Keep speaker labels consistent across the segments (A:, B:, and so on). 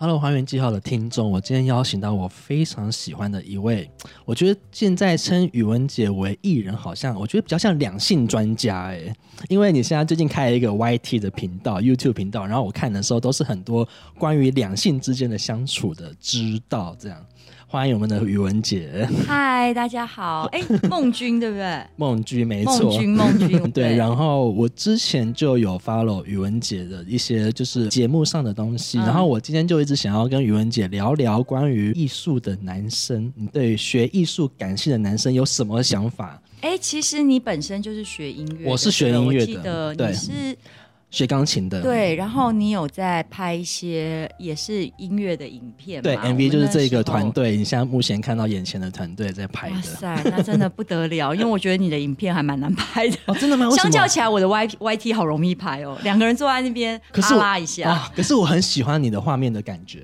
A: Hello，花园记号的听众，我今天邀请到我非常喜欢的一位，我觉得现在称宇文姐为艺人，好像我觉得比较像两性专家哎、因为你现在最近开了一个 YT 的频道、YouTube 频道，然后我看的时候都是很多关于两性之间的相处的知道，这样欢迎我们的宇文姐
B: 嗨，大家好。哎、孟君对不对？
A: 梦居，没
B: 孟
A: 错，
B: 君，孟 君，
A: 对，然后我之前就有 follow 宇文姐的一些就是节目上的东西，
B: 嗯
A: 然后我今天就一直想要跟宇文姐聊聊关于艺术的男生，你对学艺术感性的男生有什么想法？
B: 哎、其实你本身就是学音乐的，
A: 我是学音乐的
B: 对不对我记得
A: 对嗯
B: 你是
A: 学钢琴的，
B: 对，然后你有在拍一些也是音乐的影片嘛，
A: 对
B: 我们
A: ，MV 就是
B: 那时候
A: 这个团。队，你现在目前看到眼前的团队在拍
B: 哇
A: 的。
B: 塞，那真的不得了，因为我觉得你的影片还蛮难 拍的。
A: 哦，真的吗？为什
B: 相
A: 么
B: 较起来，我的 Y Y T 好容易拍哦，两个人坐在那边
A: 可是
B: 哈
A: 我
B: 拉一下。
A: 啊，可是我很喜欢你的画面的感觉。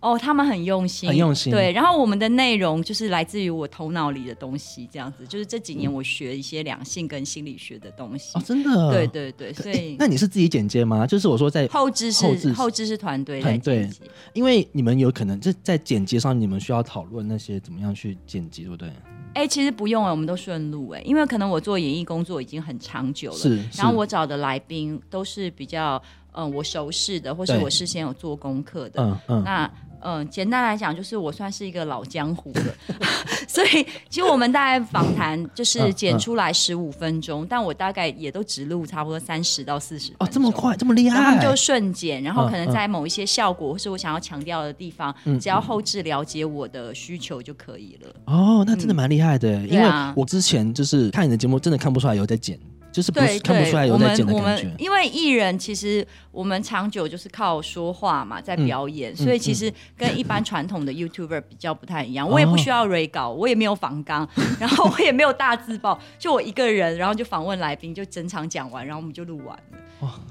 B: 哦，他们很用心，
A: 很用心
B: 对，然后我们的内容就是来自于我头脑里的东西，这样子。就是这几年我学一些两性跟心理学的东西。
A: 哦，真的。
B: 对对对，所
A: 诶
B: 以
A: 那你是自己剪接吗？就是我说在
B: 后置
A: 后置
B: 是后置是团队
A: 团
B: 来
A: 队
B: 剪辑
A: 因为你们有可能这在剪接上，你们需要讨论那些怎么样去剪辑，对不对？
B: 哎、其实不用哎、我们都顺路哎、因为可能我做演艺工作已经很长久了，
A: 是
B: 然后
A: 是
B: 我找的来宾都是比较嗯、呃我熟识的，或是
A: 对
B: 我事先有做功课的，
A: 嗯嗯，
B: 那嗯、呃简单来讲，就是我算是一个老江湖了， 所以其实我们大概访谈
A: 嗯
B: 就是剪出来十五分钟，但我大概也都只录差不多三十到四十。
A: 哦，这么？快，这么厉
B: 然后他
A: 害
B: 们，就瞬剪，然后
A: 嗯嗯
B: 可能在某一些效果或是我想要强调的地方，只要后置了解我的需求就可以了。
A: 哦，那真的蛮厉害的、因为
B: 嗯对啊
A: 我之前就是看你的节目，真的看不出来有在剪，就是不
B: 对
A: 是看不出来
B: 对，
A: 有
B: 我
A: 在
B: 们
A: 剪的
B: 我
A: 感
B: 们
A: 觉。
B: 因为艺人其实我们长久就是靠说话嘛，
A: 嗯
B: 在表演，所以其实跟一般传统的 YouTuber 比较不太一样。我
A: 哦
B: 也不需要 re 稿，我也没有仿纲， 然后我也没有大字报，就我一个人，然后就访问来宾，就整场讲完，然后我们就录完了。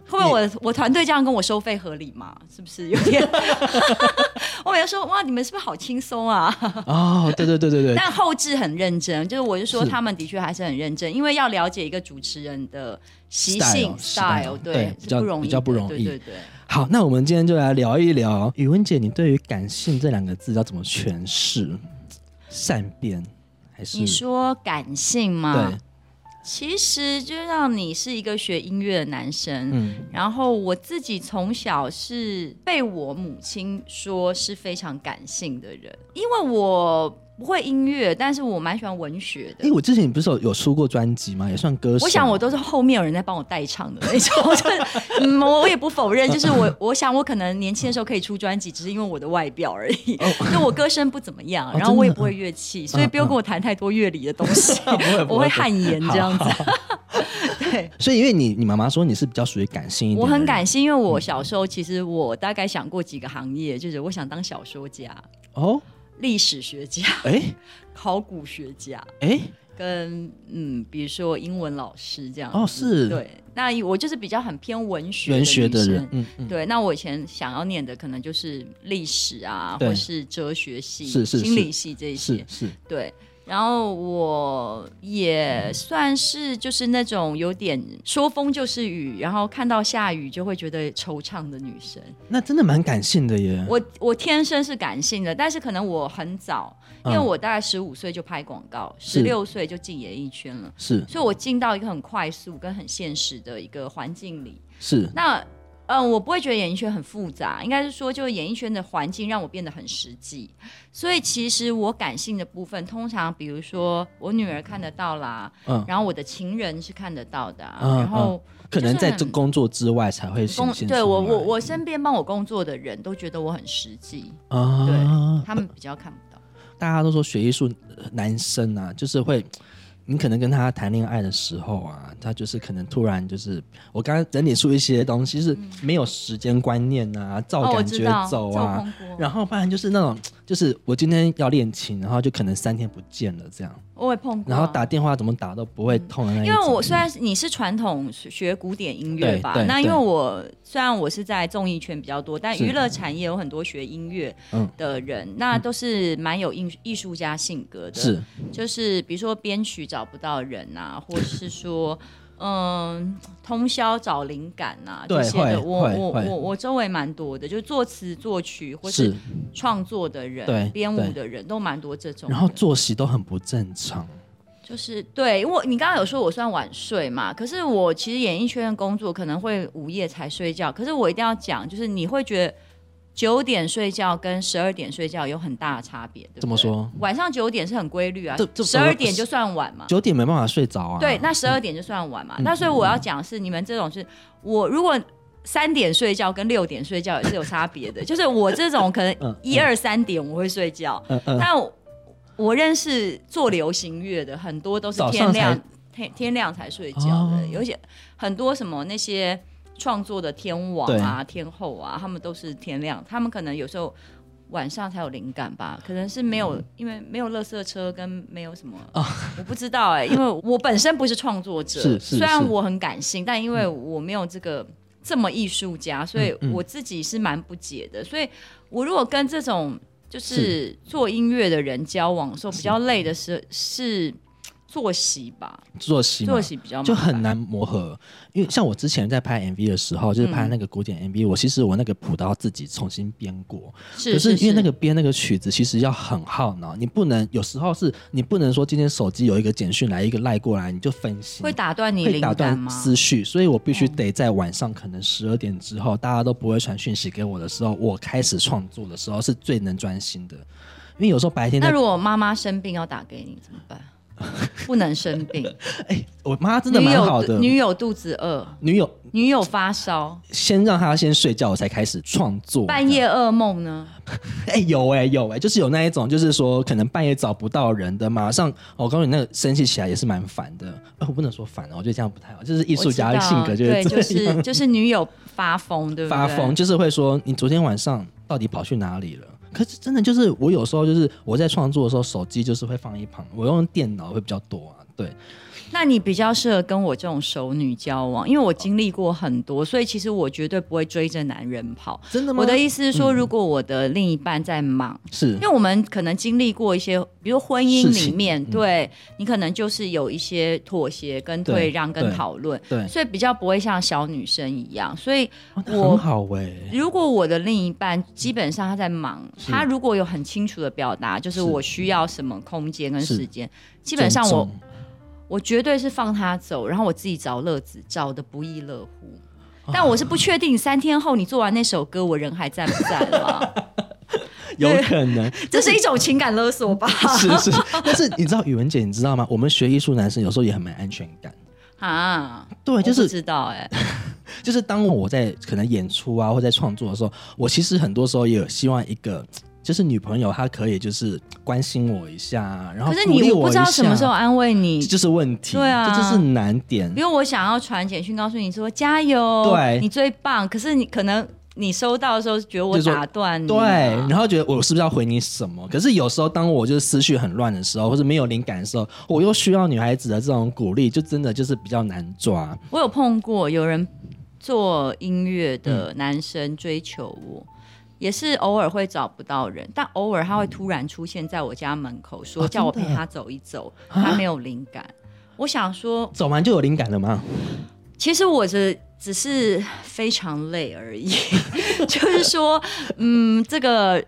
B: 会不会我我团队这样跟我收费合理吗？是不是有 点？ 我每次说哇，你们是不是好轻松啊？
A: 哦，对对对 对对，
B: 但后置很认真，就是我就说
A: 是
B: 他们的确还是很认真，因为要了解一个主持人的习
A: style，
B: 性
A: style，对
B: 对，
A: 比
B: 是
A: 较
B: 不容易的，
A: 比较不容易
B: 对对对。
A: 好，那我们今天就来聊一聊宇文姐，你对于“感性”这两个字要怎么诠释？善变还是
B: 你说啊感性吗
A: 对？？
B: 其实就让你是一个学音乐的男生，
A: 嗯，
B: 然后我自己从小是被我母亲说是非常感性的人，因为我不会音乐，但是我蛮喜欢文学的
A: 哎、。我之前你不是有有出过专辑吗？也算歌手。
B: 我 想我都是后面有人在帮我代唱的那种，就是嗯，我我也不否认，就是我我想我可能年轻的时候可以出专辑，只是因为我的外表而已， 就我歌声不怎么样，然后我也不会乐器，所以不用跟我谈太多乐理的东西，我会汗颜这样子。 对，
A: 所以因为你你妈妈说你是比较属于感性一点，
B: 我很感性，因为我小时候其实我大概想过几个行业，就是我想当小说家、
A: 哦，
B: 历史学家、
A: 哎、
B: 考古学家。
A: 哎、
B: 跟嗯，比如说英文老师这样
A: 哦
B: 子
A: 是
B: 对。那我就是比较很偏文学
A: 文学
B: 的
A: 的
B: 女
A: 人
B: 生，
A: 嗯嗯，
B: 对，那我以前想要念的可能就是历史啊，
A: 对
B: 或是哲学系、
A: 是是
B: 心理系这一
A: 是
B: 些。
A: 是，
B: 对，然后我也算是就是那种有点说风就是雨，然后看到下雨就会觉得惆怅的女生。
A: 那真的蛮感性的耶。
B: 我我天生是感性的，但是可能我很早，
A: 嗯
B: 因为我大概十五岁就拍广告，
A: 是
B: 十六岁就进演艺圈了，
A: 是
B: 所以我进到一个很快速跟很现实的一个环境里。
A: 是
B: 那嗯，我不会觉得演艺圈很复杂，应该是说，就是演艺圈的环境让我变得很实际。所以其实我感性的部分，通常比如说我女儿看得到啦，
A: 嗯
B: 然后我的情人是看得到的、啊，
A: 嗯
B: 然后
A: 可能在
B: 很
A: 这工作之外才会
B: 工
A: 显现出来。
B: 对我我我身边帮我工作的人都觉得我很实际，
A: 啊，
B: 他们比较看不到。
A: 大家都说学艺术呃男生啊，就是会。你可能跟他谈恋爱的时候啊，他就是可能突然就是，我刚刚整理出一些东西，是没有时间观念啊，照
B: 嗯哦，我
A: 感
B: 知
A: 觉
B: 道，
A: 走
B: 赵
A: 啊，
B: 空锅
A: 然后不然就是那种，就是我今天要练琴，然后就可能三天不见了这样，
B: 我也碰过啊，
A: 然后打电话怎么打都不会痛的那一
B: 因
A: 种。
B: 为我虽然是你是传统学古典音乐吧
A: 对对，
B: 那因为
A: 对
B: 我虽然我是在综艺圈比较多，但
A: 是
B: 娱乐产业有很多学音乐
A: 嗯
B: 的人，那都是蛮有艺艺术家性格的，
A: 是
B: 就是比如说编曲找不到人啊，或者是说嗯，通宵找灵感呐、
A: 对
B: 这些的，
A: 会
B: 我
A: 会
B: 我
A: 会
B: 我我周围蛮多的，就作词作曲或
A: 是
B: 是创作的
A: 对
B: 人、编舞
A: 对
B: 的人都蛮多这种的。
A: 然后作息都很不正常，
B: 就是对，因为我你刚刚有说我算晚睡嘛，可是我其实演艺圈工作可能会午夜才睡觉，可是我一定要讲，就是你会觉得九点睡觉跟十二点睡觉有很大的差别，对不对
A: 怎么？说？
B: 晚上九点是很规律啊
A: 这，这
B: 十二点就算晚嘛。
A: 九点没办法睡着啊。
B: 对，那十二点就算晚嘛。
A: 嗯
B: 那所以我要讲的是，你们这种是，我如果三点睡觉跟六点睡觉也是有差别的，就是我这种可
A: 嗯
B: 能一二三点我会睡觉，
A: 嗯嗯，
B: 但我我认识做流行乐的很多都是
A: 早上
B: 天亮
A: 才
B: 天天亮才睡觉
A: 哦
B: 的，而且、很多什么那些创作的天王啊、天后啊，他们都是天亮，他们可能有时候。晚上才有灵感吧，可能是没有，
A: 嗯
B: 因为没有垃圾车跟没有什么，我不知道哎、因为我本身不是创作者，
A: 哦是是
B: 虽然
A: 是
B: 我很感性，但因为我没有这个这么艺术家，所以
A: 嗯嗯
B: 我自己是蛮不解的，所以我如果跟这种就是做音乐的人交往的时候，比较累的是是作息吧，
A: 作息嘛
B: 作息比较麻
A: 就
B: 烦
A: 很。难磨合，因为像我之前在拍 MV 的时
B: 嗯
A: 候，就是拍那个古典 MV，、我其实我那个谱都要自己重新编过，
B: 是
A: 可是因为那个
B: 个
A: 编那个曲子其实要很耗脑，你不能有时候是你不能说今天手机有一个简讯来一个赖过来你就分心，
B: 会打断你
A: 会
B: 灵
A: 打
B: 感
A: 断
B: 吗？嗯
A: 思绪，所以我必须得在晚上可能十二点之后，大家都不会传讯息给我的时候，我开始创作的时候是最能专心的，因为有时候白天
B: 那
A: 在
B: 如果妈妈生病要打给你怎么 办？不能生病，
A: 哎我妈真的蛮好的，
B: 女友女友肚子饿，
A: 女友
B: 女友发烧，
A: 先让她先睡觉，我才开始创作。
B: 半夜噩梦呢？
A: 哎、有哎、有哎、就是有那一种，就是说可能半夜找不到人的，马上我告诉你，那个生气起来也是蛮烦的。呃，我不能说烦哦，我觉得这样不太好，就是艺
B: 艺
A: 术家的性格就是
B: 对，就
A: 这样，
B: 是就是女友发疯，对不对？
A: 发疯，就是会说你昨天晚上到底跑去哪里了？可是真的就是我有时候就是我在创作的时候，手机就是会放一旁，我用电脑会比较多啊。对，
B: 那你比较适合跟我这种熟女交往，因为我经历过很多，所以其实我绝对不会追着男人跑。
A: 真的吗？
B: 我的意思是说，
A: 嗯
B: 如果我的另一半在忙，
A: 是
B: 因为我们可能经历过一些，比如婚姻
A: 事
B: 里
A: 情嗯
B: 面，对你可能就是有一些妥协、跟
A: 对
B: 退让、跟
A: 对
B: 讨论，
A: 对，
B: 所以比较不会像小女生一样。所以
A: 哦那
B: 我
A: 很好哎、
B: 如果我的另一半基本上他在忙，
A: 是
B: 他如果有很清楚的表达，就是是我需要什么空间跟
A: 是
B: 时间，基本上我
A: 尊重
B: 我绝对是放他走，然后我自己找乐子，找的不亦乐乎。
A: 啊
B: 但我是不确定三天后你做完那首歌，我人还在不在 了。
A: 有可能，
B: 这是一种情感勒索 吧？
A: 是是，但是你知道宇文姐，你知道吗？我们学艺术男生有时候也很没安全感。
B: 啊，
A: 对，就
B: 我不
A: 是
B: 知道哎、
A: 就是当我在可能演出啊或在创作的时候，我其实很多时候也有希望一个就是女朋友，她可以就是关心我一下，然后
B: 可是
A: 鼓
B: 你
A: 励
B: 我不知道
A: 一下
B: 什么时候，安慰你
A: 这，就是问题，
B: 对啊
A: 这就是难点
B: 比。如我想要传简讯告诉你说加油，
A: 对
B: 你最棒。可是你可能你收到的时候觉得我
A: 就说
B: 打断你
A: 对，
B: 啊、
A: 然后觉得我是不是要回你什么？可是有时候，当我就是思绪很乱的时候，或者没有灵感的时候，我又需要女孩子的这种鼓励，就真的就是比较难抓。
B: 我有碰过有人做音乐
A: 嗯
B: 的男生追求我。也是偶尔会找不到人，但偶尔他会突然出现在我家门口，说
A: 哦
B: 叫我
A: 真
B: 陪
A: 的
B: 他走一走，他没有灵感。我想说，
A: 走完就有灵感了吗？
B: 其实我这只是非常累而已， 就是说，嗯，这个。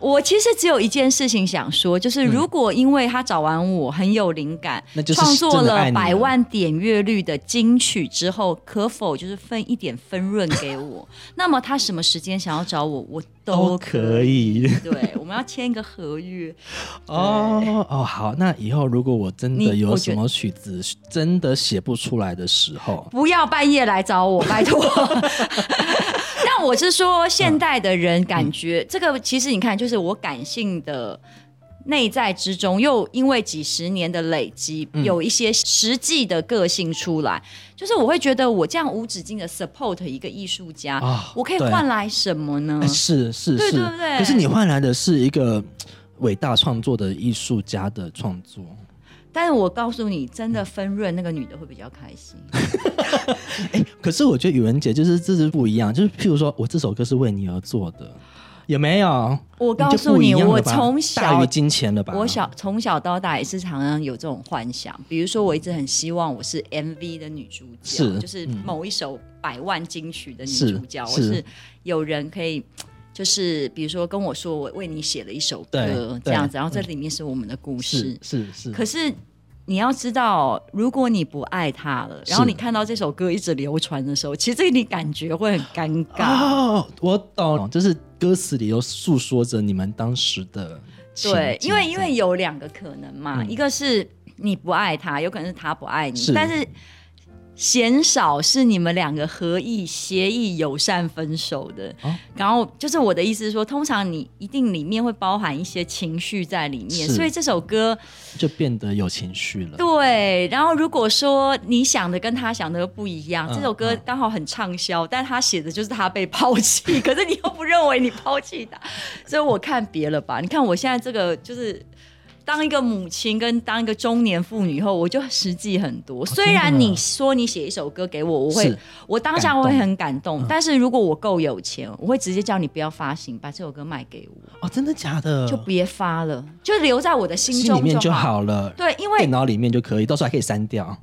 B: 我其实只有一件事情想说，就是如果因为他找完我很有灵感，
A: 那就是
B: 创作
A: 真的爱
B: 了
A: 你
B: 百万点阅率的金曲之后，可否就是分一点分润给我？ 那么他什么时间想要找我，我都
A: 都哦
B: 可
A: 可
B: 以。
A: 以。
B: 对，我们要签一个合约。
A: 哦哦，好，那以后如果我真的
B: 你
A: 有
B: 我
A: 什
B: 觉
A: 么曲子真的写不出来的时候，
B: 不要半夜来找我，拜 托。但我是说，现代的人感觉、
A: 嗯
B: 这个，其实你看，就是我感性的内在之中，又因为几十年的累积，
A: 嗯
B: 有一些实际的个性出来。就是我会觉得，我这样无止境的 support 一个艺术家，
A: 啊
B: 我可以
A: 对
B: 换来什么呢
A: 哎？是是
B: 对
A: 是
B: 对不对
A: 可是你换来的是一个嗯伟大创作的艺术家的创作，
B: 但是我告诉你，
A: 嗯
B: 真的分润那个女的会比较开心。
A: 可是我觉得宇文姐就是这是不一样，就是譬如说我这首歌是为你而做的，也没有。
B: 我告
A: 就
B: 诉
A: 不一
B: 你，
A: 样了
B: 我
A: 吧
B: 从
A: 大
B: 小
A: 于金钱了吧？
B: 我小从小到大也是常常有这种幻想，比如说我一直很希望我是 MV 的女主角，
A: 是嗯
B: 就是某一首百万金曲的女
A: 是
B: 主角，
A: 是
B: 或是有人可以。就是比如说跟我说，我为你写了一首
A: 对
B: 歌这样子，
A: 对嗯
B: 然后这里面是我们的故事
A: 是。是是，
B: 可是你要知道，如果你不爱他了，然后
A: 是
B: 你看到这首歌一直流传的时候，其实你感觉会很尴尬。
A: 哦，我懂，就是歌词里有诉说着你们当时的情
B: 对，
A: 景
B: 因为因为有两个可能嘛，
A: 嗯
B: 一个是你不爱他，有可能是他不爱你，
A: 是
B: 但是鲜少是你们两个合意协议友善分手的。
A: 哦
B: 然后就是我的意思是说，通常你一定里面会包含一些情绪在里面，
A: 是
B: 所以这首歌
A: 就变得有情绪了。
B: 对。然后如果说你想的跟他想的不一样，
A: 嗯
B: 这首歌
A: 嗯
B: 刚好很畅销，但他写的就是他被抛弃， 可是你又不认为你抛弃他，所以我看别了吧。你看我现在这个就是。当一个母亲跟当一个中年妇女后，我就实际很
A: 哦
B: 多。虽然你说你写一首歌给我，我会
A: 是，嗯
B: 我当下会很感动。但是如果我够有钱，我会直接叫你不要发行，把这首歌卖给我，
A: 哦，真的假的？
B: 就别发了，就留在我的心
A: 心
B: 中
A: 里面
B: 就
A: 就。好了，
B: 对，因为
A: 电脑里面就可以，到时候还可以删掉。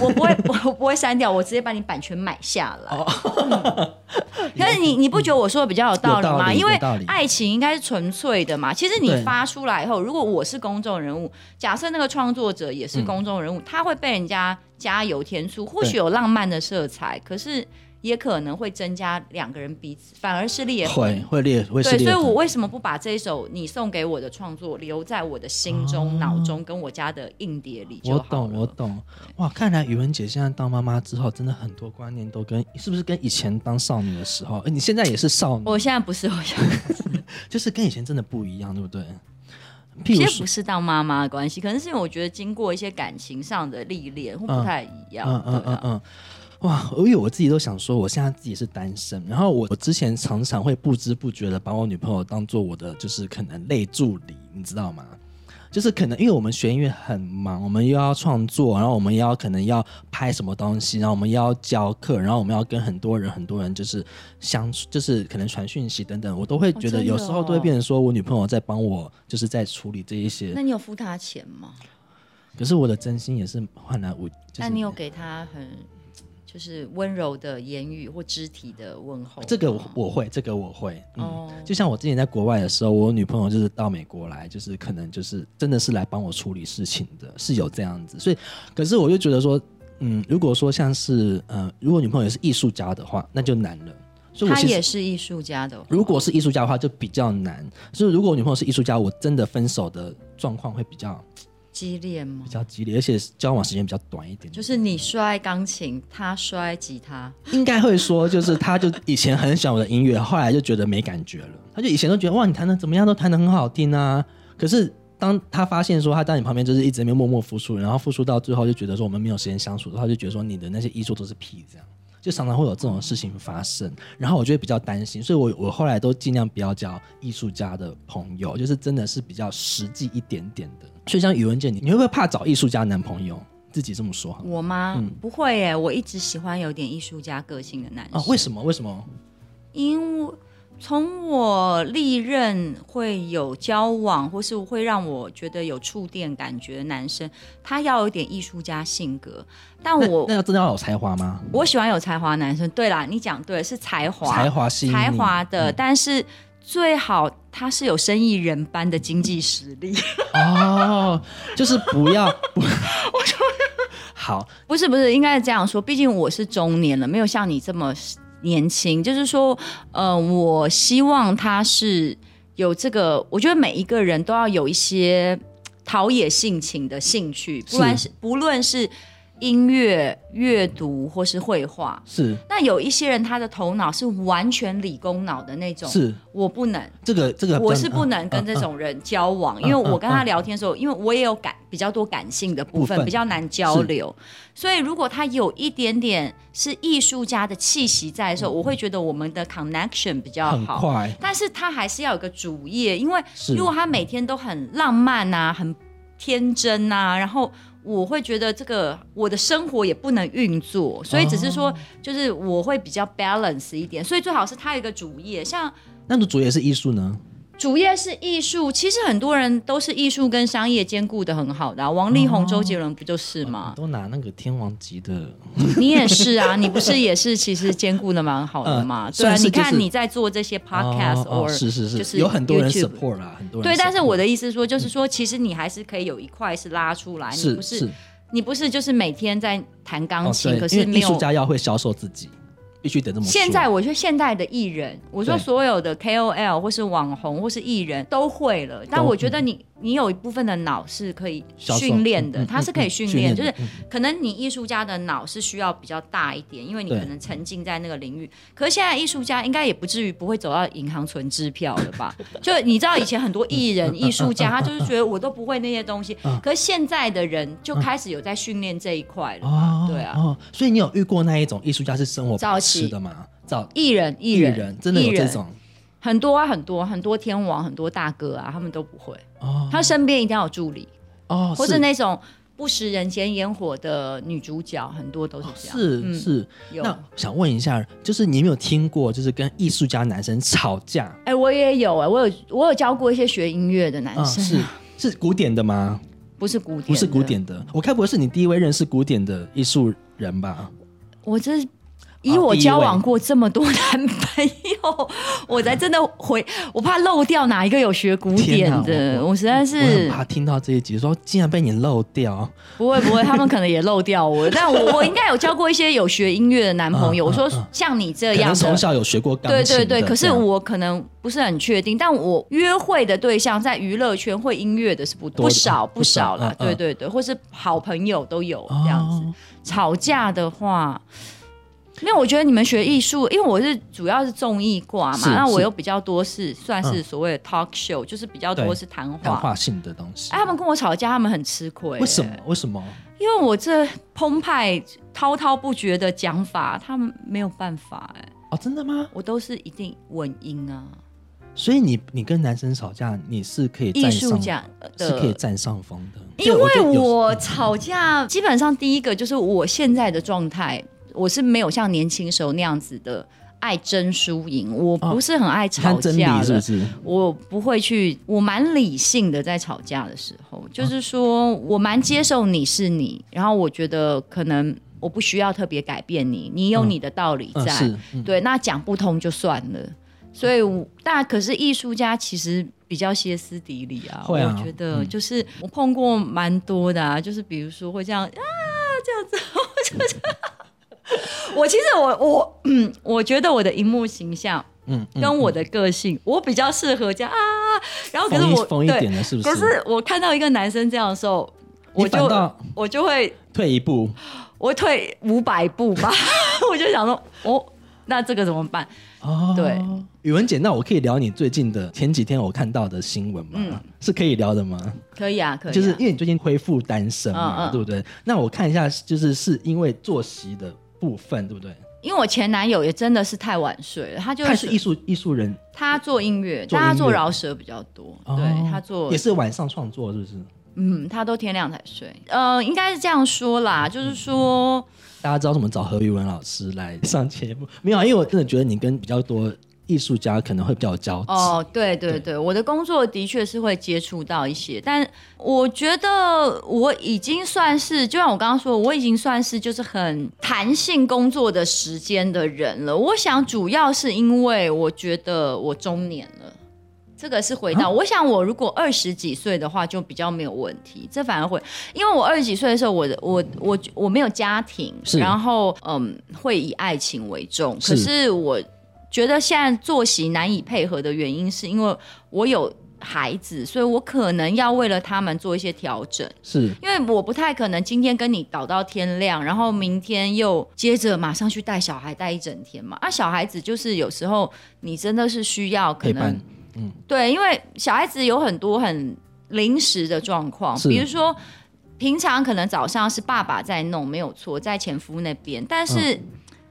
B: 我不会，我不会删掉，我直接把你版权买下来。嗯 可是你你不觉得我说的比较有道理
A: 有道
B: 吗？
A: 理
B: 因为
A: 有道理
B: 爱情应该是纯粹的嘛。其实你
A: 对
B: 发出来以后，如果我是公众人物，假设那个创作者也是
A: 嗯
B: 公众人物，他会被人家加油添醋，或许有浪漫的色彩，可是也可能会增加两个人彼此，反而是裂痕。
A: 会会裂，会是
B: 对，
A: 裂
B: 所
A: 痕。
B: 以我为什么不把这一首你送给我的创作留在我的心中、
A: 哦
B: 脑中，跟我家的硬碟里就
A: 我
B: 好
A: 懂，
B: 了
A: 我懂。哇，看来宇文姐现在当妈妈之后，真的很多观念都跟是不是跟以前当少女的时候，哎，你现在也是少女，
B: 我现在不是，我现在
A: 就是跟以前真的不一样，对不对？譬
B: 其
A: 如
B: 实
A: 说
B: 不，是当妈妈的关系，可能是因为我觉得经过一些感情上的历练，会不太一样。
A: 嗯嗯
B: 对
A: 嗯
B: 啊
A: 嗯，哇，因为我自己都想说，我现在自己是单身，然后我我之前常常会不知不觉的把我女朋友当做我的就是可能类助理，你知道吗？就是可能因为我们学音乐很忙，我们又要创作，然后我们要可能要拍什么东西，然后我们要教课，然后我们要跟很多人很多人就是相处，就是可能传讯息等等，我都会觉
B: 哦
A: 得
B: 真的
A: 有时候都会
B: 哦
A: 变成说我女朋友在帮我，就是在处理这一些
B: 那。你有付他钱吗？
A: 可是我的真心也是换来无，就是
B: 那你有给他很就是温柔的言语或肢体的问候吗？
A: 这个我我会，这个我会，嗯。
B: 哦，
A: 就像我之前在国外的时候，我女朋友就是到美国来，就是可能就是真的是来帮我处理事情的，是有这样子。所以，可是我就觉得说，嗯，如果说像是呃，如果女朋友也是艺术家的话，那就难了。所以我
B: 他
A: 其实
B: 也是艺术家的话，
A: 如果是艺术家的话，就比较难。所以如果我女朋友是艺术家，我真的分手的状况会比较
B: 激烈吗
A: 比？较激烈，而且交往时间比较短一点。
B: 就是你摔钢琴，他摔吉他，
A: 应该会说，就是他就以前很喜欢我的音乐，后来就觉得没感觉了。他就以前都觉得哇，你弹的怎么样都弹的很好听啊。可是当他发现说他在你旁边就是一直没有默默付出，然后付出到最后就觉得说我们没有时间相处的话，就觉得说你的那些艺术都是屁这样。就常常会有这种事情发生，然后我就会比较担心，所以我我后来都尽量不要交艺术家的朋友，就是真的是比较实际一点点的。所以像宇文健，你你会不会怕找艺术家男朋友？自己这么说好了
B: 我吗？
A: 嗯
B: 不会耶，我一直喜欢有点艺术家个性的男生。
A: 啊？为什么？为什么？
B: 因为从我历任会有交往，或是会让我觉得有触电感觉的男生，他要有点艺术家性格。但
A: 那
B: 哦我
A: 那要真的要有才华吗？
B: 我喜欢有才华的男生。对啦，你讲对，是才华，
A: 才华嗯吸引你
B: 才华的，但是最好他是有生意人般的经济实力。
A: 哦，就是不 要不，好
B: 不是不是，应该是这样说，毕竟我是中年了，没有像你这么年轻。就是说，呃，我希望他是有这个，我觉得每一个人都要有一些陶冶性情的兴趣，不然是不论是音乐、阅读或是绘画。
A: 是
B: 那有一些人，他的头脑是完全理工脑的那种，
A: 是
B: 我不能。
A: 这个这个比较，
B: 我是不
A: 嗯
B: 能跟
A: 嗯
B: 这
A: 嗯
B: 种人交往，
A: 嗯
B: 因为我跟他
A: 嗯
B: 聊天的时候，因为我也有感比较多感性的部
A: 部
B: 分，
A: 分
B: 比较难交流，所以如果他有一点点是艺术家的气息在的时候，我会觉得我们的 connection 比较
A: 嗯很
B: 好。
A: 快
B: 但是他还是要有个主业，因为
A: 是嗯
B: 如果他每天都很浪漫啊，很天真啊，然后我会觉得这个我的生活也不能运作，所以只是
A: 哦
B: 说，就是我会比较 balance 一点，所以最好是他有一个主业，像
A: 那主也是艺术呢？
B: 主业是艺术，其实很多人都是艺术跟商业兼顾的很好的、啊，王力宏、周杰伦不就是吗？
A: 都拿那个天王级的，
B: 你也是啊，你不是也是其实兼顾的蛮好的嘛？
A: 呃
B: 对啊，
A: 算是
B: 你
A: 就是
B: 看你在做这些 podcast
A: 哦哦
B: or
A: 是是是，
B: 就是
A: 有很多人
B: YouTube
A: support 啦，很多人
B: 对，但是我
A: support
B: 的意思是说，就是说，其实你还是可以有一块是拉出来，你
A: 是
B: 不是你不是就是每天在弹钢
A: 哦
B: 琴，
A: 对，
B: 可
A: 因
B: 是
A: 为
B: 没
A: 艺术
B: 有。
A: 家要会销售自己，必须得这么说。
B: 现在我觉得现代的艺人，我说
A: 对
B: 所有的 KOL 或是网红或是艺人都会了，但
A: 都嗯
B: 我觉得你你有一部分的脑是可以
A: 销售
B: 训练
A: 嗯
B: 的，
A: 嗯
B: 它是可以训
A: 嗯
B: 练，
A: 练
B: 就
A: 的
B: 是可能你艺术家的脑是需要比较大一点，因为你
A: 对
B: 可能沉浸在那个领域。可是现在艺术家应该也不至于不会走到银行存支票了 吧？就你知道以前很多艺人、艺术家，他就是觉得我都不会那些 东西，
A: 嗯
B: 可是现在的人就开始有在训练这一块了
A: 哦，，
B: 嘛对啊。
A: 哦，所以你有遇过那一种艺术家是生活
B: 早
A: 白
B: 期
A: 痴的吗？早
B: 艺人，艺
A: 艺
B: 人，
A: 人真的有
B: 艺
A: 这
B: 人
A: 种
B: 很多啊，很多很多天王，很多大哥啊，他们都不会。
A: 哦
B: 他身边一定要有助理，
A: 哦，
B: 或
A: 是
B: 者那种不食人间烟火的女主角，很多都是这样。
A: 是、
B: 嗯
A: 哦是，
B: 有，
A: 那想问一下，就是你有没有听过，就是跟艺术家男生吵架？
B: 哎、我也有哎、我有我有教过一些学音乐的男
A: 啊、
B: 生，
A: 是是古典的吗？
B: 不是古典，
A: 不是古。典的，我该不会是你第一位认识古典的艺术人吧？
B: 我这以
A: 啊
B: 我
A: 第一
B: 交
A: 位
B: 往过这么多男朋友， 我才真的回，我怕漏掉哪一个有学古典
A: 天哪
B: 的，
A: 我
B: 我实在
A: 我很
B: 是
A: 怕听到这一集说竟然被你漏掉，
B: 不会不会，他们可能也漏掉我，但我我应该有交过一些有学音乐的男 朋
A: 嗯
B: 友。我说
A: 嗯嗯
B: 像你这
A: 可能
B: 样
A: 从
B: 的，
A: 小有学过钢
B: 对
A: 琴
B: 对
A: 的
B: 对，可
A: 这
B: 是
A: 样
B: 我可能不是很确定，但我约会的对象在娱乐圈会音乐的是不
A: 多的
B: 不少
A: 不
B: 不
A: 少
B: 少啦，
A: 嗯嗯
B: 对对对，或是好朋友都有这样子。
A: 哦
B: 吵架的话。因为我觉得你们学艺术，因为我是主要是综艺挂嘛
A: 是，
B: 那我
A: 是嗯
B: 又比较多是算是所谓的 talk show，、就是比较多
A: 对
B: 是谈
A: 谈
B: 话。
A: 话性的东西
B: 哎，，他们跟我吵架，他们很吃亏、
A: 为什么？为什么？
B: 因为我这澎湃滔滔不绝的讲法，他们没有办法哎、
A: 哦，真的吗？
B: 我都是一定稳音啊，
A: 所以你你跟男生吵架，你是可以
B: 艺
A: 占
B: 术
A: 上，
B: 家
A: 是可以
B: 的。
A: 占上风的，
B: 因
A: 对
B: 为
A: 觉得有嗯
B: 我吵架，基本上第一个就是我现在的状态，我是没有像年轻时候那样子的爱争输赢，我不是很爱
A: 哦你
B: 吵
A: 看真
B: 架
A: 理是不，
B: 的
A: 是？
B: 我不会去，我蛮理性的，在吵架的时候，就是说我蛮接受你是你，然后我觉得可能我不需要特别改变你，你有你的道理
A: 嗯，
B: 在，
A: 是，嗯
B: 对，那讲不通就算了。所以我，但可是艺术家其实比较歇斯底里啊，
A: 会啊
B: 我觉得就是我碰过蛮多的啊，就是比如说会这样啊，这样子，我就是我其实我我嗯，我觉得我的荧幕形象
A: 嗯，嗯
B: 跟我的个性，我比较适合这样啊。然后可是
A: 疯一
B: 我
A: 疯一
B: 对，
A: 点了，是不
B: 可是我看到一个男生这样的时候，
A: 你
B: 我
A: 反
B: 就
A: 倒
B: 我就会
A: 退一步，
B: 我会退五百步吧， 我就想说，哦，那这个怎么办？
A: 哦，
B: 对，
A: 宇文姐，那我可以聊你最近的前几天我看到的新闻吗？
B: 嗯
A: 是可以聊的吗？
B: 可以啊，可以、啊，
A: 就是因为你最近恢复单身嘛，
B: 嗯嗯
A: 对不对？那我看一下，就是是因为作息的部分，对不对？
B: 因为我前男友也真的是太晚睡了，他就
A: 他是艺术艺术人，
B: 他做音乐，
A: 做
B: 但他做
A: 音乐
B: 饶舌比较多，
A: 哦
B: 对他做
A: 也是晚上创作，是不是？
B: 嗯，他都天亮才睡，呃，应该是这样说啦，就是说。
A: 大家知道怎么找何宇文老师来上节目没有啊？因为我真的觉得你跟比较多艺术家可能会比较有交集。
B: 哦，对对
A: 对
B: 对，我的工作的确是会接触到一些，但我觉得我已经算是，就像我刚刚说，我已经算是就是很弹性工作的时间的人了。我想主要是因为我觉得我中年了。这个是回到，我想我如果二十几岁的话就比较没有问题，这反而会，因为我二十几岁的时候，我的我我我没有家庭，
A: 是
B: 然后嗯会以爱情为重，
A: 是
B: 可是我觉得现在作息难以配合的原因，是因为我有孩子，所以我可能要为了他们做一些调整，
A: 是
B: 因为我不太可能今天跟你搞到天亮，然后明天又接着马上去带小孩带一整天嘛。啊，小孩子就是有时候你真的是需要可
A: 陪
B: 能
A: 伴，嗯，
B: 对，因为小孩子有很多很临时的状况，
A: 是
B: 比如说平常可能早上是爸爸在
A: 嗯
B: 弄，没有错，在前夫那边，但是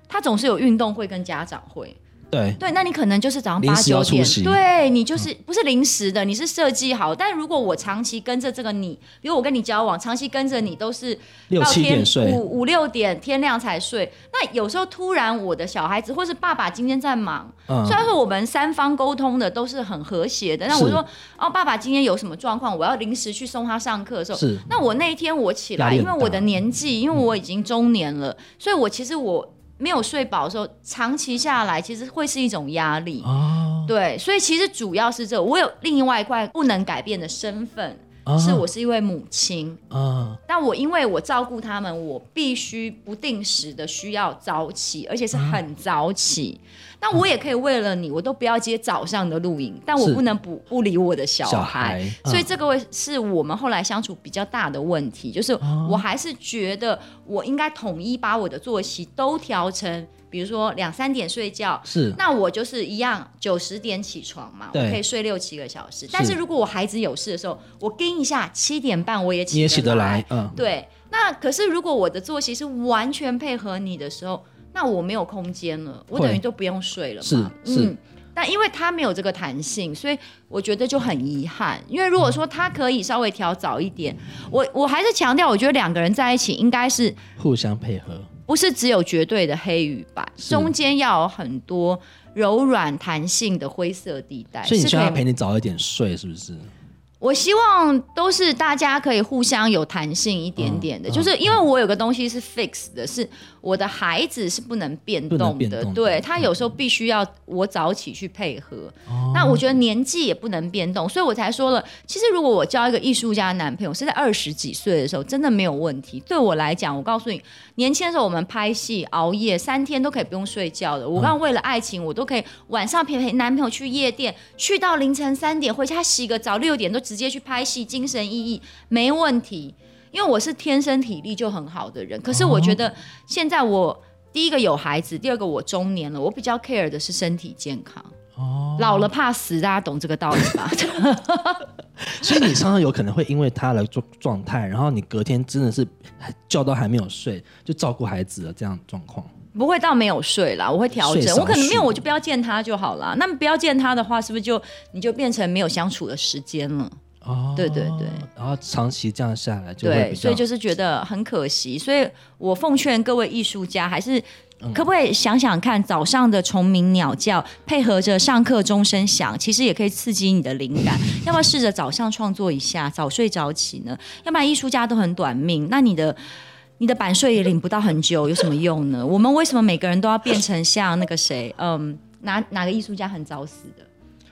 B: 他总是有运动会跟家长会。
A: 对，
B: 对，那你可能就是早上
A: 临
B: 八
A: 时要
B: 九
A: 出
B: 点
A: 席，嗯
B: 对你就是不是临时的，你是设计好。但如果我长期跟着这个你，比如我跟你交往，长期跟着你都是
A: 六
B: 到
A: 七
B: 天
A: 点睡
B: 五五六点天亮才睡。那有时候突然我的小孩子或是爸爸今天在忙，
A: 嗯
B: 虽，然说我们三方沟通的都是很和谐的，但
A: 是
B: 我说哦，爸爸今天有什么状况，我要临时去送他上课的时候，
A: 是
B: 那我那一天我起
A: 压
B: 来，
A: 力
B: 因
A: 很
B: 为
A: 大嗯
B: 我的年纪，因为我已经中年了，所以我其实我没有睡饱的时候，长期下来其实会是一种压力。
A: 哦，
B: 对，所以其实主要是这，我有另外一块不能改变的身份，
A: 啊
B: 是我是一位母亲。
A: 啊，
B: 但我因为我照顾他们，我必须不定时的需要早起，而且
A: 啊
B: 是很早起。那我也可以为了你，我都不要接早上的录影，但我
A: 是
B: 不能不不理我的小
A: 小孩，
B: 孩。所以
A: 嗯
B: 这个会是我们后来相处比较大的问题，就是
A: 哦
B: 我还是觉得我应该统一把我的作息都调成，比如说两三点睡觉，
A: 是
B: 那我就是一样九十点起床嘛，我
A: 对
B: 可以睡六七个小时。但是如果我孩子有事的时候，我盯一下七点半我也起
A: 你也起得来
B: 来。，
A: 嗯，
B: 对，那可是如果我的作息是完全配合你的时候，那我没有空间了，我
A: 会
B: 等于都不用睡了嘛。
A: 是是
B: 嗯。但因为他没有这个弹性，所以我觉得就很遗憾。因为如果说他可以稍微调早一点，我我还是强调，我觉得两个人在一起应该是
A: 互相配合，
B: 不是只有绝对的黑与白，
A: 是
B: 中间要有很多柔软弹性的灰色地带。
A: 所以你
B: 哎是
A: 希望
B: 可
A: 他
B: 以，
A: 陪你早一点睡，是不是？
B: 我希望都是大家可以互相有弹性一点点的，
A: 嗯
B: 就是因为我有个东西是 fix 的，是我的孩子是不能变
A: 不
B: 动
A: 能变
B: 的，
A: 动的
B: 对他有时候必须要我早起去配合。
A: 哦
B: 那我觉得年纪也不能变动，所以我才说了，其实如果我交一个艺术家的男朋友是在二十几岁的时候，真的没有问题。对我来讲，我告诉你，年轻的时候我们拍戏熬夜三天都可以不用睡觉的。我刚刚为了爱情，我都可以晚上陪陪男朋友去夜店，去到凌晨三点回家洗个澡，六点都直接去拍戏，精神奕奕，没问题。因为我是天生体力就很好的人，可是我觉得现在我第一个有孩子，第二个我中年了，我比较 care 的是身体健康。
A: 哦，
B: 老了怕死，大家懂这个道理吧？
A: 所以你常常有可能会因为他的状状态，然后你隔天真的是觉都还没有睡，就照顾孩子的这样的状况。
B: 不会到没有睡啦，我会调
A: 睡
B: 整。
A: 少
B: 我可能没有，
A: 睡
B: 我就不要见他就好啦。那么不要见他的话，是不是就你就变成没有相处的时间了？
A: 哦，
B: 对对对，
A: 然后长期这样下来就会
B: 对，
A: 比较，
B: 所以就是觉得很可惜。所以我奉劝各位艺术家，还是
A: 嗯
B: 可不可以想想看，早上的虫鸣鸟叫配合着上课钟声响，其实也可以刺激你的灵感。要不要试着早上创作一下，早睡早起呢？要不然艺术家都很短命，那你的。你的版税也领不到很久，有什么用呢？我们为什么每个人都要变成像那个谁，嗯，哪哪个艺术家很早死的？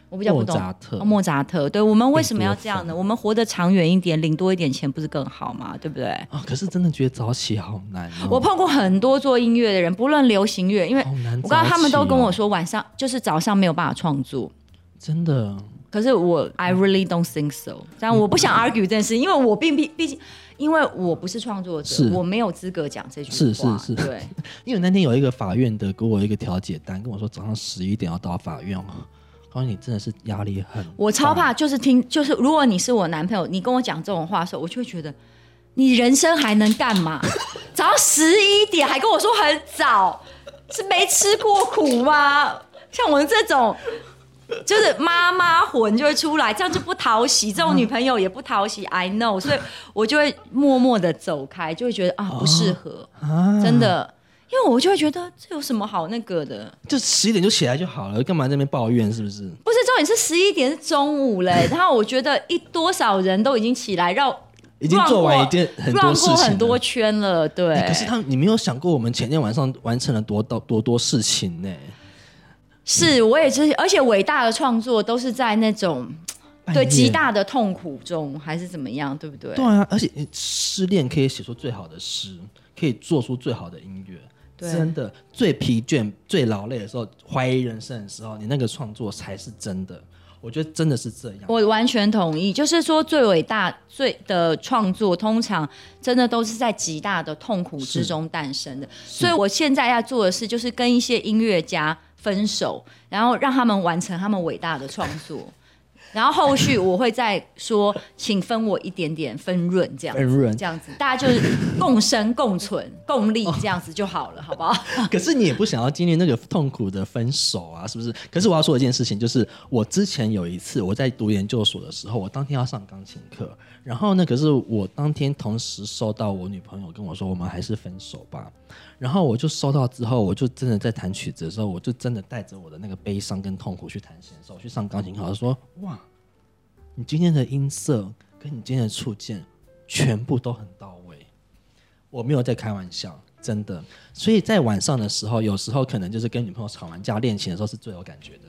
B: 我比较不
A: 莫
B: 懂。
A: 扎特
B: 哦，莫扎特，对我们为什么要这样呢？我们活得长远一点，领多一点钱，不是更好吗？对不对？
A: 啊，可是真的觉得早起好难哦，
B: 我碰过很多做音乐的人，不论流行乐，因为
A: 好难早起哦，
B: 我告诉他们都跟我说晚上就是早上没有办法创作。
A: 真的
B: 可是我 I really don't think so，但我
A: 嗯
B: 不想 argue 这件事，因为我并毕毕竟，因为我不是创作者
A: 是，
B: 我没有资格讲这句
A: 是
B: 话。
A: 是是
B: 对，
A: 因为那天有一个法院的给我一个调解单，跟我说早上十一点要到法院哦，告诉你真的是压力很大，
B: 我超怕，就是听，就是如果你是我男朋友，你跟我讲这种话的时候，我就会觉得你人生还能干嘛？早上十一点还跟我说很早，是没吃过苦吗？像我们这种。就是妈妈魂就会出来，这样就不讨喜，这种女朋友也不讨喜。I know，所以我就会默默的走开，就会觉得啊不适合，
A: 啊，
B: 真的，因为我就会觉得这有什么好那个的。
A: 就十一点就起来就好了，干嘛在那边抱怨是不是？
B: 不是重点是十一点是中 午嘞，然后我觉得一多少人都已经起来绕，
A: 已经做完一件很多
B: 绕
A: 事情
B: 过
A: 了，哎
B: 很多圈了，对。
A: 欸可是他们，你没有想过我们前天晚上完成了多多多多事情呢、
B: 是我也是，而且伟大的创作都是在那种
A: 半夜
B: 对极。大的痛苦中，还是怎么样，对不对？
A: 对啊，而且你失恋可以写出最好的诗，可以做出最好的音乐。
B: 对
A: 真的，最疲倦、最劳累的时候，怀疑人生的时候，你那个创作才是真的。我觉得真的是这样。
B: 我完全同意，就是说最伟大、最的创作，通常真的都是在极大的痛苦之中诞生的。所以我现在要做的事，就是 跟一些音乐家分手，然后让他们完成他们伟大的创作。然后后续我会再说，请分我一点点分润，这样子
A: 分润
B: 这样子，大家就是共生、共存、共
A: 哦
B: 利这样子就好了，好不好？
A: 可是你也不想要经历那个痛苦的分手啊，是不是？可是我要说一件事情，就是我之前有一次我在读研究所的时候，我当天要上钢琴课，然后呢，可是我当天同时收到我女朋友跟我说，我们还是分手吧。然后我就收到之后，我就真的在弹曲子的时候，我就真的带着我的那个悲伤跟痛苦去弹弦手，去上钢琴课，我就说哇，你今天的音色跟你今天的触键全部都很到位。我没有在开玩笑，真的。所以在晚上的时候，有时候可能就是跟女朋友吵完架练琴的时候是最有感觉的。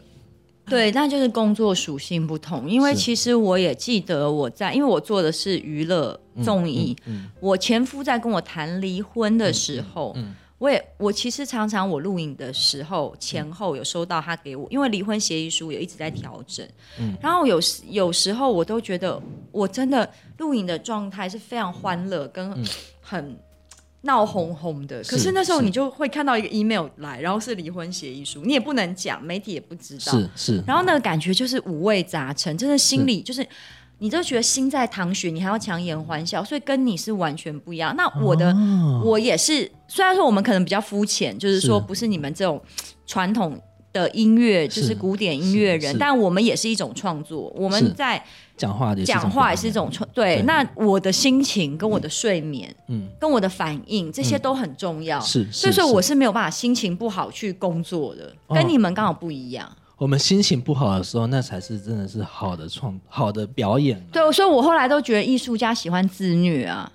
B: 对，那就是工作属性不同。因为
A: 是
B: 其实我也记得我在，因为我做的是娱乐
A: 嗯
B: 综艺，我前夫在跟我谈离婚
A: 嗯
B: 的时候，我也我其实常常我录影的时候前后有收到他给我，因为离婚协议书也一直在调整，
A: 嗯
B: 然后有时有时候我都觉得我真的录影的状态是非常欢乐跟很。闹哄哄的，
A: 嗯
B: 可
A: 是
B: 是那时候
A: 是
B: 你就会看到一个 email 来，然后是离婚协议书，你也不能讲，媒体也不知道。
A: 是是，
B: 然后那个感觉就是五味杂陈，真的心里就是。你就觉得心在淌血，你还要强颜欢笑，所以跟你是完全不一样。那我的、
A: 啊
B: 我也是，虽然说我们可能比较肤浅，就是说
A: 是
B: 不是你们这种传统的音乐，就是
A: 是
B: 古典音乐
A: 是
B: 人
A: 是，
B: 但我们也是一种创作。我
A: 是
B: 们在
A: 讲话也是一种
B: 讲话也是一种创对。
A: 对
B: 那我的心情跟我的睡眠，
A: 嗯
B: 嗯，跟我的反应，这些都很重要。
A: 是是
B: 所以说
A: 是
B: 我是没有办法心情不好去工作的，
A: 哦
B: 跟你们刚好不一样。
A: 我们心情不好的时候，那才是真的是好的创好的表演啊。
B: 对，所以我后来都觉得艺术家喜欢自虐啊。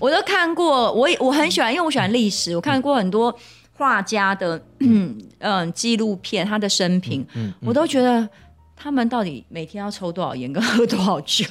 B: 我都看过，我也我很喜欢，因为我喜欢历史，我看过很多画家的嗯纪录片，他的生平，我都觉得他们到底每天要抽多少烟跟喝多少酒？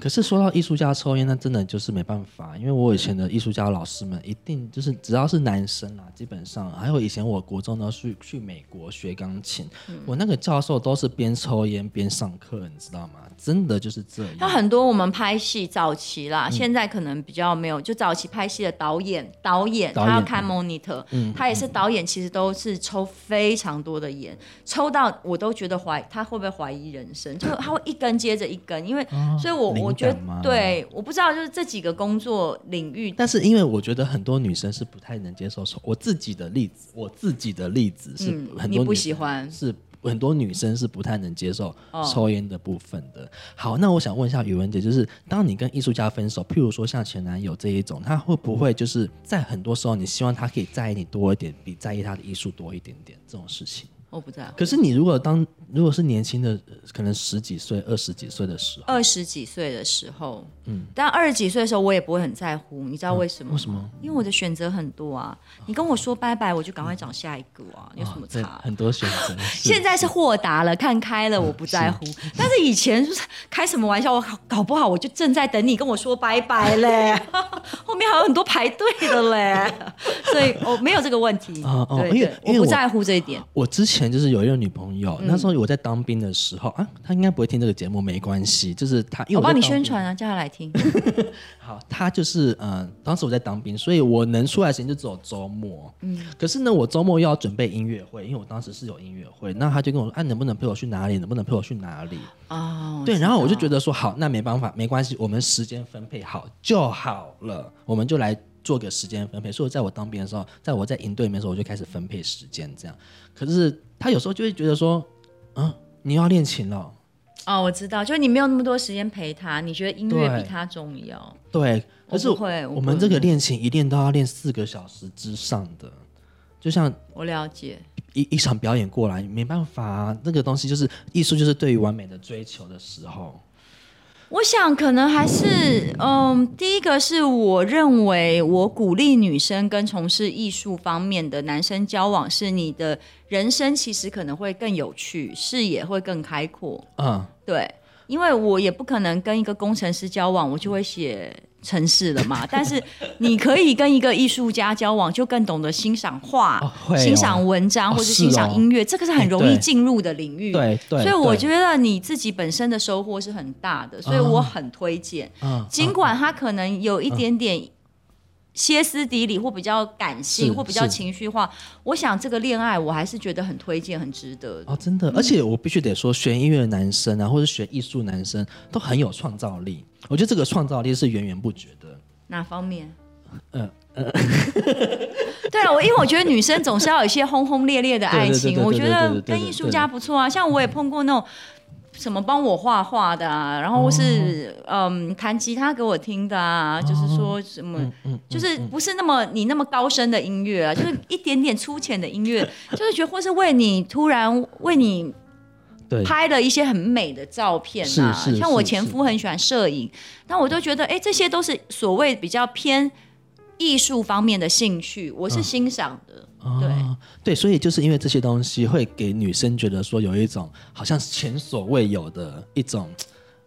A: 可是说到艺术家抽烟，那真的就是没办法，因为我以前的艺术家老师们，一定就是只要是男生啊，基本上还有以前我国中呢去去美国学钢琴，
B: 嗯
A: 我那个教授都是边抽烟边上课，你知道吗？真的就是这
B: 那
A: 样。
B: 很多我们拍戏早期
A: 嗯
B: 啦，现在可能比较没有，就早期拍戏的导演，导演
A: 导演嗯
B: 他要看 monitor，、他也是导演，其实都是抽非常多的烟，抽到我都觉得怀他会不会怀疑人生，就他会一根接着一根，因为、所以我
A: 哦灵
B: 我觉得
A: 感吗
B: 对，我不知道就是这几个工作领域，嗯
A: 但是因为我觉得很多女生是不太能接受抽，我自己的例子，我自己的例子是
B: 嗯
A: 很多女
B: 你
A: 生
B: 不喜欢
A: 是很多女生是不太能接受
B: 哦
A: 抽烟的部分的。好，那我想问一下宇文姐，就是当你跟艺术家分手，譬如说像前男友这一种，他会不会就是在很多时候你希望他可以在意你多一点，比在意他的艺术多一点点这种事情？
B: 我不知道。
A: 可是你如果当如果是年轻的，呃可能十几岁、二十几岁的时候，
B: 二十几岁的时候，嗯，但二十几岁的时候我也不会很在乎，你知道为什么、
A: 嗯为什么？
B: 因为我的选择很多啊，你跟我说拜拜，我就赶快找下一个啊，有什么
A: 哦这
B: 差？
A: 很多选择。是
B: 现在是豁达了，看开了，我不在乎。但是以前就是开什么玩笑，我搞搞不好我就正在等你跟我说拜拜嘞， 后面还有很多排队的 嘞，所以我、没有这个问题。
A: 哦哦
B: 对
A: 因为
B: 对，
A: 因为
B: 我
A: 我
B: 不在乎这一点。
A: 我之前就是有一个女朋友，
B: 嗯
A: 那时候我在当兵的时候啊，她应该不会听这个节目，没关系。就是她，因为
B: 我
A: 在
B: 帮你
A: 当兵
B: 宣传啊，叫他 来听。
A: 好，她就是嗯、呃当时我在当兵，所以我能出来的时间就只有周末。嗯，可是呢，我周末又要准备音乐会，因为我当时是有音乐会，那她就跟我说，啊，能不能陪我去哪里？能不能陪我去哪里？
B: 哦，
A: 对，然后我就觉
B: 得
A: 得说，好，那没办法，没关系，我们时间分配好就好了，我们就来做个时间分配。所以我在我当兵的时候，在我在营队里面的时候，我就开始分配时间这样。可是他有时候就会觉得说，啊，你又要练琴了，
B: 哦，我知道，就是你没有那么多时间陪他，你觉得音乐
A: 对
B: 比他重要。
A: 对，可
B: 我
A: 是
B: 不会，
A: 我
B: 不
A: 们这个练琴一练都要练四个小时之上的，就像
B: 我了解。
A: 一一场表演过来，没办法、啊，那个东西就是艺术，就是对于完美的追求的时候。
B: 我想可能还是，嗯，第一个是我认为我鼓励女生跟从事艺术方面的男生交往，是你的人生其实可能会更有趣，视野会更开阔。
A: 嗯，
B: 对，因为我也不可能跟一个工程师交往，我就会写程式了嘛。但是你可以跟一个艺术家交往，就更懂得欣赏画、
A: 哦会哦
B: 欣赏文章、
A: 哦
B: 或者
A: 是
B: 欣赏
A: 哦
B: 音乐，这个是很容
A: 哎
B: 易
A: 对
B: 进入的领域。
A: 对对，
B: 所以
A: 对
B: 我
A: 哦
B: 觉得你自己本身的收获是很大的，所以我很推荐。
A: 嗯
B: 尽管它可能有一点点歇斯底里或比较感性
A: 是
B: 或比较
A: 是
B: 情绪化，我想这个恋爱我还是觉得很推荐，很值得的。
A: 哦，真的，而且我必须得说，学音乐的男生啊，或者学艺术男生，都很有创造力。我觉得这个创造力是源源不绝的。
B: 哪方面？
A: 呃
B: 对啊，我因为我觉得女生总是要有一些轰轰烈烈的
A: 对
B: 爱
A: 对对
B: 情，
A: 对
B: 我觉
A: 对对对
B: 得
A: 对
B: 跟艺术家不错啊。像我也碰过那种什么帮我画画的啊，然后或是、嗯弹吉他给我听的啊，就是说什么。
A: 嗯，
B: 就是不是那么你那么高深的音乐啊，就是一点点粗浅的音乐， 就是觉得或是为你突然为你
A: 对，
B: 拍了一些很美的照片啊，
A: 是是
B: 像我
A: 是
B: 前夫很喜欢摄影，但我就觉得，哎，这些都是所谓比较偏艺术方面的兴趣，我
A: 嗯
B: 是欣赏的。对
A: 哦对，所以就是因为这些东西会给女生觉得说有一种好像前所未有的一种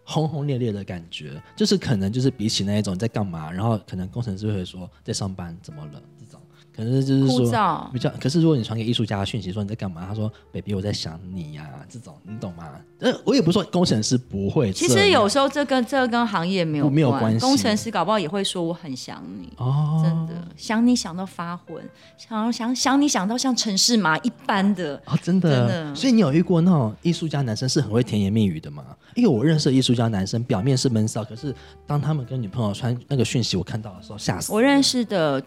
A: 嘖轰轰烈烈的感觉，就是可能就是比起那一种你在干嘛，然后可能工程师会说在上班怎么了这种，可能就是
B: 枯
A: 说
B: 燥
A: 比较，可是如果你传给艺术家的讯息说你在干嘛，他说 baby 我在想你呀、这种你懂吗？呃，我也不是说工程师不会这
B: 其
A: 样，
B: 实有时候这跟这跟行业没有
A: 不没有关系
B: 工程师搞不好也会说我很想你。
A: 哦，
B: 真的想你想到发昏，想想想你想到像城市麻一般的，
A: 啊、真的，
B: 真的
A: 所以你有遇过那种艺术家男生是很会甜言蜜语的吗？因为我认识的艺术家男生表面是闷骚，可是当他们跟女朋友传那个讯息，我看到的时候吓死
B: 我认识的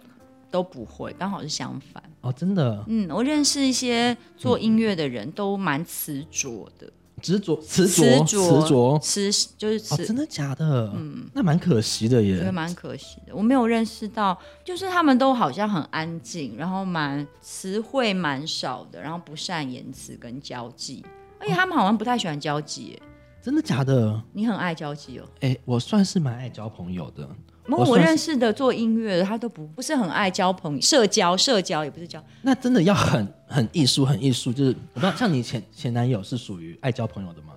B: 都不会，刚好是相反。
A: 哦，真的
B: 嗯，我认识一些做
A: 嗯
B: 音乐的人都蛮执着的，
A: 执着执
B: 执
A: 着
B: 着
A: 执着
B: 吃就是嗯吃
A: 哦，，真的假的？嗯，那蛮可惜的
B: 觉
A: 耶
B: 得。蛮可惜的。我没有认识到，就是他们都好像很安静，然后蛮词汇蛮少的，然后不善言辞跟交际，而
A: 哦
B: 且他们好像不太喜欢交际耶。
A: 真的假的？
B: 你很爱交际哦。
A: 哎，我算是蛮爱交朋友的，
B: 我
A: 我
B: 我
A: 算是
B: 认识的做音乐的，他都不不是很爱交朋友，社交社交也不是交，
A: 那真的要很很艺术，很艺术，就是我不知道，像你前前男友是属于爱交朋友的吗？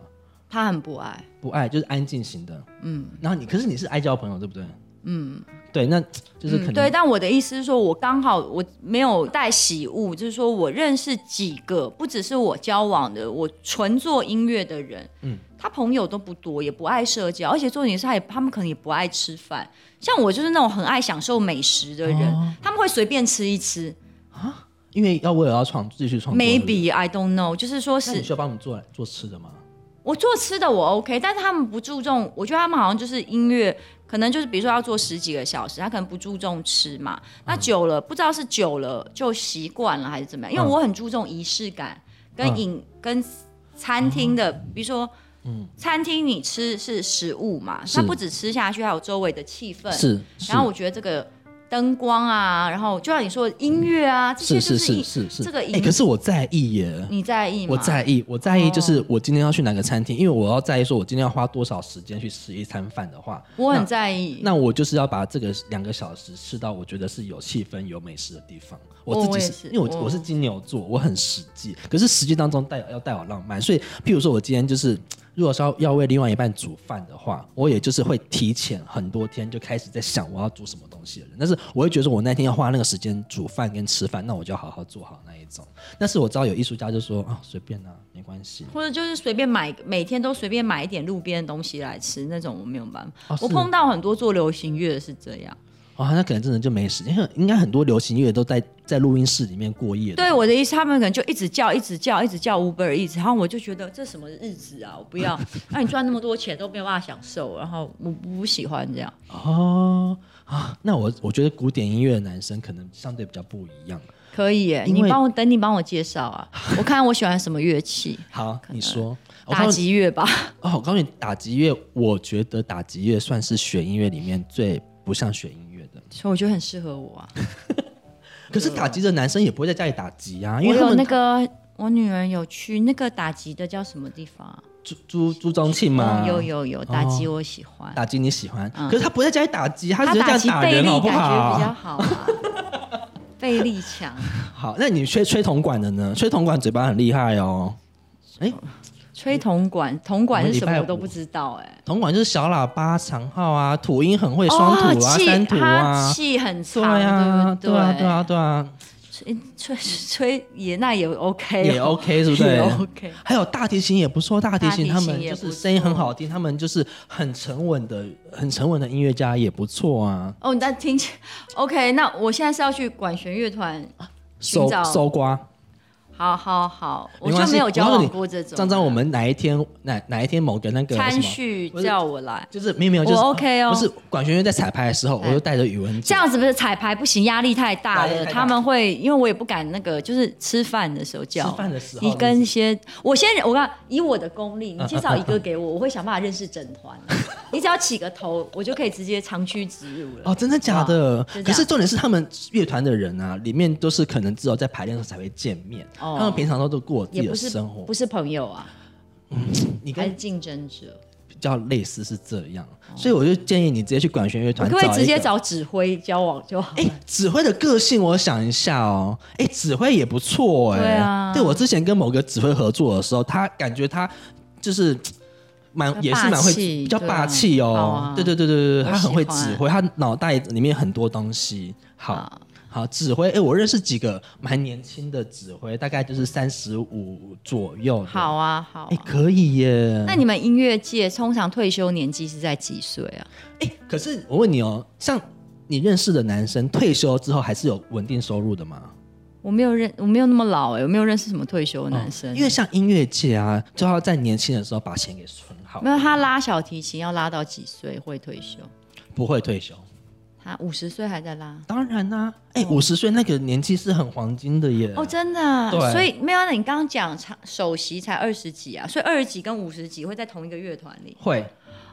B: 他很不爱。
A: 不爱，就是安静型的。嗯，然后你可是你是爱交朋友，对不对？嗯，对，那就是可能、
B: 嗯、对，但我的意思是说，我刚好我没有带喜物，就是说我认识几个，不只是我交往的，我纯做音乐的人，嗯，他朋友都不多，也不爱社交，而且重点是他也他们可能也不爱吃饭，像我就是那种很爱享受美食的人，
A: 哦
B: 他们会随便吃一吃
A: 因为要为了要创继续创作对不对
B: ，maybe I don't know，就是说
A: 那
B: 是
A: 你需要帮我们做做吃的吗？
B: 我做吃的我 OK，但是他们不注重，我觉得他们好像就是音乐，可能就是比如说要做十几个小时，他可能不注重吃嘛。那久了，不知道是久了就习惯了还是怎么样，因为
A: 嗯嗯
B: 我很注重仪式感，跟
A: 嗯
B: 饮、跟餐厅的，比如说。餐厅你吃是食物嘛，
A: 嗯是
B: 它不只吃下去，还有周围的气氛。
A: 是，
B: 然后我觉得这个灯光啊，然后就像你说的音乐啊，这些
A: 是
B: 就是
A: 是
B: 一
A: 是是
B: 这个
A: 哎、
B: 影
A: 可是我在意耶，
B: 你在意吗？
A: 我在意，我在意，
B: 哦
A: 就是我今天要去哪个餐厅，因为我要在意说我今天要花多少时间去吃一餐饭的话，
B: 我很
A: 那
B: 在意。
A: 那我就是要把这个两个小时吃到我觉得是有气氛、有美食的地方。我自己
B: 我也是
A: 因为我
B: 我
A: 我是金牛座，我很实际，可是实际当中带有要带有浪漫，所以譬如说我今天就是。如果是要要为另外一半煮饭的话，我也就是会提前很多天就开始在想我要煮什么东西的人。但是我会觉得说我那天要花那个时间煮饭跟吃饭，那我就要好好做好那一种。但是我知道有艺术家就说啊，随便啊，没关系。
B: 或者就是随便买，每天都随便买一点路边的东西来吃，那种我没有办法。
A: 哦
B: 我
A: 是
B: 碰到很多做流行乐的是这样。
A: 哦，那可能真的就没时间。因为应该很多流行乐都在在录音室里面过夜的。
B: 对我的意思，他们可能就一直叫，一直叫，一直叫 Uber Eats，然后我就觉得这什么日子啊，我不 要。那你赚那么多钱都没有办法享受，然后我不喜欢这样。
A: 哦啊，那我我觉得古典音乐的男生可能相对比较不一样。
B: 可以耶，
A: 因
B: 你
A: 为
B: 帮我等你帮我介绍 啊，我看我喜欢什么乐器，
A: 好，你说，我
B: 打
A: 告诉你
B: 击乐吧。
A: 哦，我告诉你，打击乐，我觉得打击乐算是学音乐里面最不像学音乐的。
B: 所以我觉得很适合我啊。
A: 可是打击的男生也不会在家里打击啊，因
B: 我
A: 为他
B: 有
A: 们
B: 那个，我女儿有去那个打击的叫什么地方啊？
A: 朱朱朱宗庆嘛，
B: 哦有有有打击，我喜欢。
A: 打击你喜欢，可是他不会在家里打击，他只是这
B: 打
A: 样
B: 击贝
A: 人
B: 利
A: 好不
B: 感觉比较
A: 好？
B: 好啊， 贝利强，
A: 好，那你吹吹铜管的呢？吹铜管嘴巴很厉害哦。
B: 吹铜管，铜管是什
A: 我们
B: 么
A: 礼拜
B: 我都
A: 五
B: 不知道哎。
A: 铜管就是小喇叭、长号啊，土音很会双
B: 哦
A: 土啊、
B: 气
A: 三土啊
B: 他，气很
A: 对
B: 长，
A: 啊，
B: 对不
A: 对啊，对啊，对啊。
B: 吹吹吹也那也 OK，哦
A: 也 OK，是不是
B: 也 OK。
A: 还有大提琴也不错，大提琴
B: 大提琴
A: 他们
B: 也
A: 就
B: 不错
A: 是声音很好听，他们就是很沉稳的、很沉稳的音乐家也不错啊。
B: 哦，你在听起 OK？那我现在是要去管弦乐团，
A: 搜
B: 寻找
A: 搜刮，
B: 好好好，我
A: 没
B: 就
A: 关系
B: 没有交
A: 我告诉
B: 往
A: 你
B: 过这种。
A: 张张，我们哪一天哪哪一天某个那个什
B: 参
A: 么，
B: 序
A: 不是
B: 叫我来，
A: 就是没有没有，
B: 我
A: 就是
B: OK 哦
A: 不是管弦乐在彩排的时候，
B: 哎
A: 我就带着语文
B: 这
A: 讲，
B: 样子不是彩排不行，压力太大
A: 压力
B: 了。
A: 太大
B: 他们会因为我也不敢那个，就是吃饭的时候
A: 吃
B: 叫。
A: 饭的时候
B: 你跟一些，我先我看以我的功力，你
A: 嗯
B: 介绍一个给我，我会想办法认识整 团。你只要起个头，我就可以直接长驱直入了。
A: 哦，真的假的
B: 哇真？的
A: 可是重点是他们乐团的人啊，里面都是可能只有在排练的时候才会见面，
B: 哦
A: 他们平常都都过自
B: 也
A: 己
B: 不
A: 的
B: 是
A: 生活
B: 不，是朋友啊，
A: 你
B: 还是
A: 跟
B: 竞争者。
A: 比较类似是这样，所以我就建议你直接去管弦乐
B: 哦我
A: 团，
B: 可不可以直接
A: 找一个？
B: 找指挥交往就好？
A: 哎，指挥的个性，我想一下哦。哎，指挥也不错哎。
B: 对啊
A: 对我之前跟某个指挥合作的时候，他感觉他就是蛮
B: 他
A: 也是蛮会
B: 霸气
A: 比较
B: 对啊
A: 霸气哦。
B: 好啊
A: 对对对对对，
B: 我
A: 他很会
B: 喜欢
A: 指挥，他脑袋里面很多东西。好。
B: 好
A: 好，指挥，哎，我认识几个蛮年轻的指挥，大概就是三十五左右的。，
B: 好啊，好
A: 哎
B: 啊，。
A: 可以耶。
B: 那你们音乐界通常退休年纪是在几岁啊？
A: 哎，可是我问你哦，像你认识的男生退休之后还是有稳定收入的吗？
B: 我没有认，我没有那么老哎、我没有认识什么退休的男生、
A: 哦因为像音乐界啊，就要在年轻的时候把钱给存好
B: 没，有他拉小提琴要拉到几岁会退休？
A: 不会退休。
B: 他五十岁还在拉
A: 当然啦、哎、五十岁那个年纪是很黄金的耶。
B: 哦，真的啊、
A: 对
B: 所以没有。那你刚刚讲长首席才二十几啊，所以二十几跟五十几会在同一个乐团里
A: 会，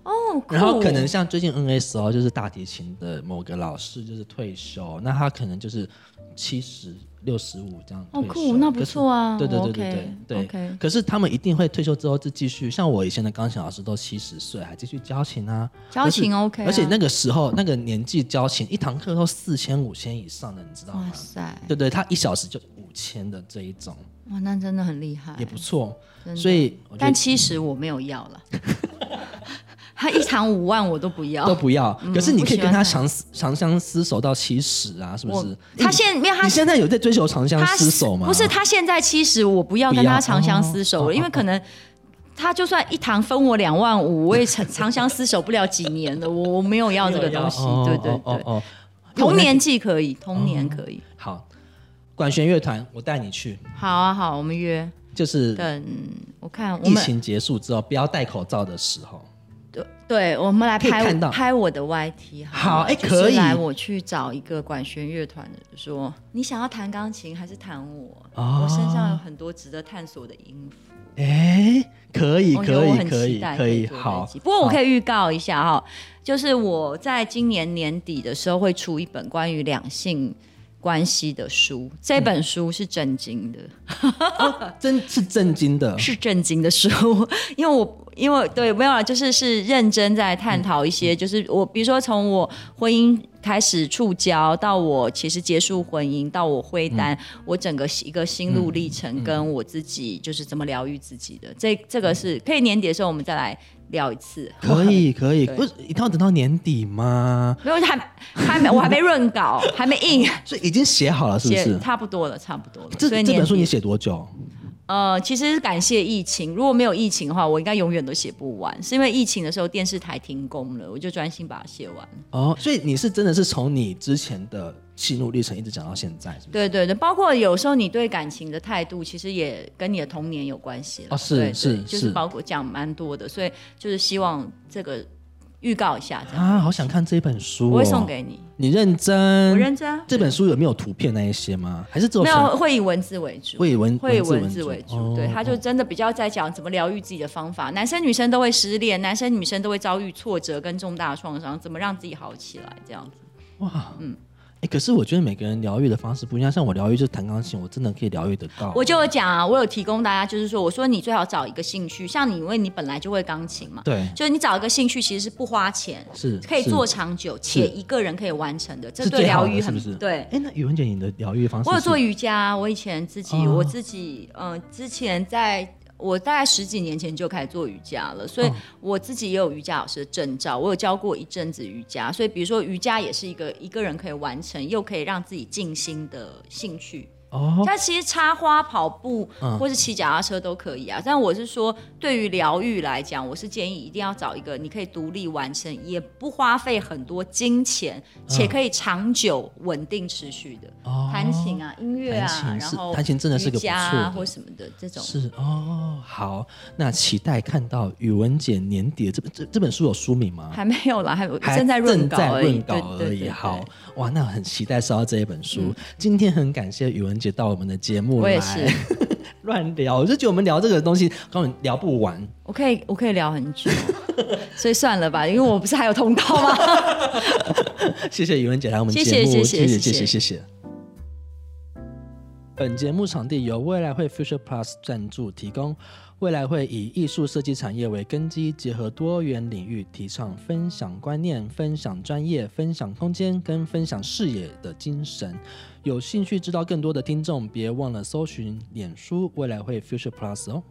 B: 哦。酷
A: 然后可能像最近 NSO 就是大提琴的某个老师就是退休，那他可能就是七十六十五这样
B: 哦
A: 退休。
B: 酷，那不错啊。
A: 可是。对
B: 我
A: 对对
B: OK，
A: 对对对
B: OK，
A: 可是他们一定会退休之后就继续，像我以前的钢琴老师都七十岁还继续教琴啊，
B: 交情 OK 啊、
A: 而且那个时候那个年纪教琴一堂课都四千五千以上的，你知道吗
B: 哇？塞，
A: 对对，他一小时就五千的这一种
B: 哇，那真的很厉害
A: 也。不错，
B: 真的
A: 所以我觉
B: 但
A: 得
B: 七十我没有要 了，他一场五万我都不要
A: 都。不要。可是你可以跟他
B: 不喜
A: 长思长相厮守到七十啊，是不
B: 我
A: 是？
B: 他现没有他
A: 你现在有在追求长相
B: 他
A: 厮守吗？
B: 不是，他现在七十，我不要
A: 不
B: 跟
A: 要
B: 他长相厮
A: 哦
B: 守
A: 哦
B: 了，因
A: 哦
B: 为可能他就算一堂分我两万五，我也长长相厮守不了几年了。我我没有要这个东西，
A: 哦
B: 对对
A: 哦哦
B: 对，
A: 哦，因为我
B: 同
A: 那
B: 年纪可以，同年可以。
A: 好，管弦乐团我带你去，
B: 好啊，好，我们约
A: 就是
B: 等我看我
A: 疫
B: 们
A: 情结束之后不要戴口罩的时候。
B: 对对，我们来
A: 可以
B: 拍
A: 看到
B: 拍我的 YT
A: 好
B: 好了。
A: 哎
B: 就是
A: 可以
B: 来我去找一个管弦乐团的，说你想要弹钢琴还是弹我？
A: 哦
B: 我身上有很多值得探索的音符。
A: 哎，可以
B: 哦我觉得
A: 可
B: 我
A: 以
B: 很
A: 可
B: 期
A: 以
B: 待
A: 可以，
B: 做那
A: 好
B: 一集。不过我
A: 好
B: 可以预告一下哈、就是我在今年年底的时候会出一本关于两性关系的书，这本书是震惊的，
A: 真是震惊的，
B: 是震惊的书， 因为我。因为对没有啊，就是是认真在探讨一
A: 嗯
B: 些，就是我比如说从我婚姻开始触礁，到我其实结束婚姻，到我挥
A: 嗯
B: 单，我整个一个心路历程，跟我自己就是怎么疗愈自己的，这这个是可以年底的时候我们再来聊一次。
A: 可 以可以，
B: 对
A: 不是一定要等到年底吗？
B: 没有，还还没，我还没润稿，还没印，
A: 所以已经写好了，是不
B: 写
A: 是？
B: 差不多了，差不多了。
A: 这
B: 所以
A: 这本书你
B: 年底
A: 写多久？
B: 呃，其实是感谢疫情，如果没有疫情的话，我应该永远都写不完。是因为疫情的时候电视台停工了，我就专心把它写完。
A: 哦，所以你是真的是从你之前的心路历程一直讲到现在，是不是？
B: 对对对，包括有时候你对感情的态度，其实也跟你的童年有关系了。
A: 哦是
B: 对对
A: 是
B: 就是是包括讲蛮多的，所以就是希望这个预告一下，这样、
A: 啊，好想看这本书、哦，
B: 我会送给你。
A: 你。认真，
B: 我认真啊，
A: 这本书有没有图片那一些吗？还是只有
B: 没
A: 纯
B: 有会以文字为主。
A: 会以文
B: 会以
A: 字
B: 文字为主，对，他就
A: 哦
B: 真的比较在讲怎么疗愈自己的方法。男生女生都会失恋，男生女生都会遭遇挫折跟重大的创伤，怎么让自己好起来？这样子，
A: 哇，嗯。哎，可是我觉得每个人疗愈的方式不一样，像我疗愈就是弹钢琴，我真的可以疗愈得到。
B: 我就有讲啊，我有提供大家，就是说，我说你最好找一个兴趣，像你，因为你本来就会钢琴嘛，
A: 对，
B: 就是你找一个兴趣其实是不花钱，
A: 是
B: 可以
A: 是
B: 做长久，且
A: 是
B: 一个人可以完成的，这
A: 是
B: 对
A: 最好
B: 疗
A: 的
B: 愈
A: 是
B: 很
A: 不是
B: 对。
A: 哎，那宇文姐，你的疗愈啊方式是？
B: 我有做瑜伽，我以前自己、
A: 哦
B: 我自己，嗯、之前在我大概十几年前就开始做瑜伽了，所以
A: 嗯
B: 我自己也有瑜伽老师的证照，我有教过一阵子瑜伽，所以比如说瑜伽也是一个一个人可以完成，又可以让自己静心的兴趣。
A: 哦，
B: 但其实插花、跑步
A: 嗯
B: 或是骑脚踏车都可以啊。但我是说，对于疗愈来讲，我是建议一定要找一个你可以独立完成，也不花费很多金钱，
A: 啊
B: 且可以长久、稳定、持续的。
A: 哦
B: 弹琴啊，音乐啊，
A: 弹琴
B: 然
A: 是
B: 后
A: 弹琴真的是个
B: 瑜伽啊
A: 不错的
B: 或什么的这种。
A: 是哦，好，那期待看到宇文姐年底的这本这这本书有书名吗？
B: 还没有啦，还有
A: 还
B: 正在润稿
A: 正在
B: 而已，
A: 润稿
B: 对
A: 而
B: 对对
A: 已。
B: 对嗯
A: 好哇，那很期待收到这一本书。今天很感谢宇文姐到我们的节目
B: 我
A: 来，
B: 也是
A: 乱聊，我就觉得我们聊这个东西根本聊不完。
B: 我可以我可以聊很久，所以算了吧，因为我不是还有通告吗？
A: 谢谢宇文姐来我们节
B: 谢
A: 目，
B: 谢
A: 谢
B: 谢谢谢
A: 谢
B: 谢
A: 谢谢。本节目场地由未来会 Future Plus 赞助提供。未来会以艺术设计产业为根基，结合多元领域，提倡分享观念、分享专业、分享空间跟分享视野的精神。有兴趣知道更多的听众，别忘了搜寻脸书未来会 Future Plus 哦。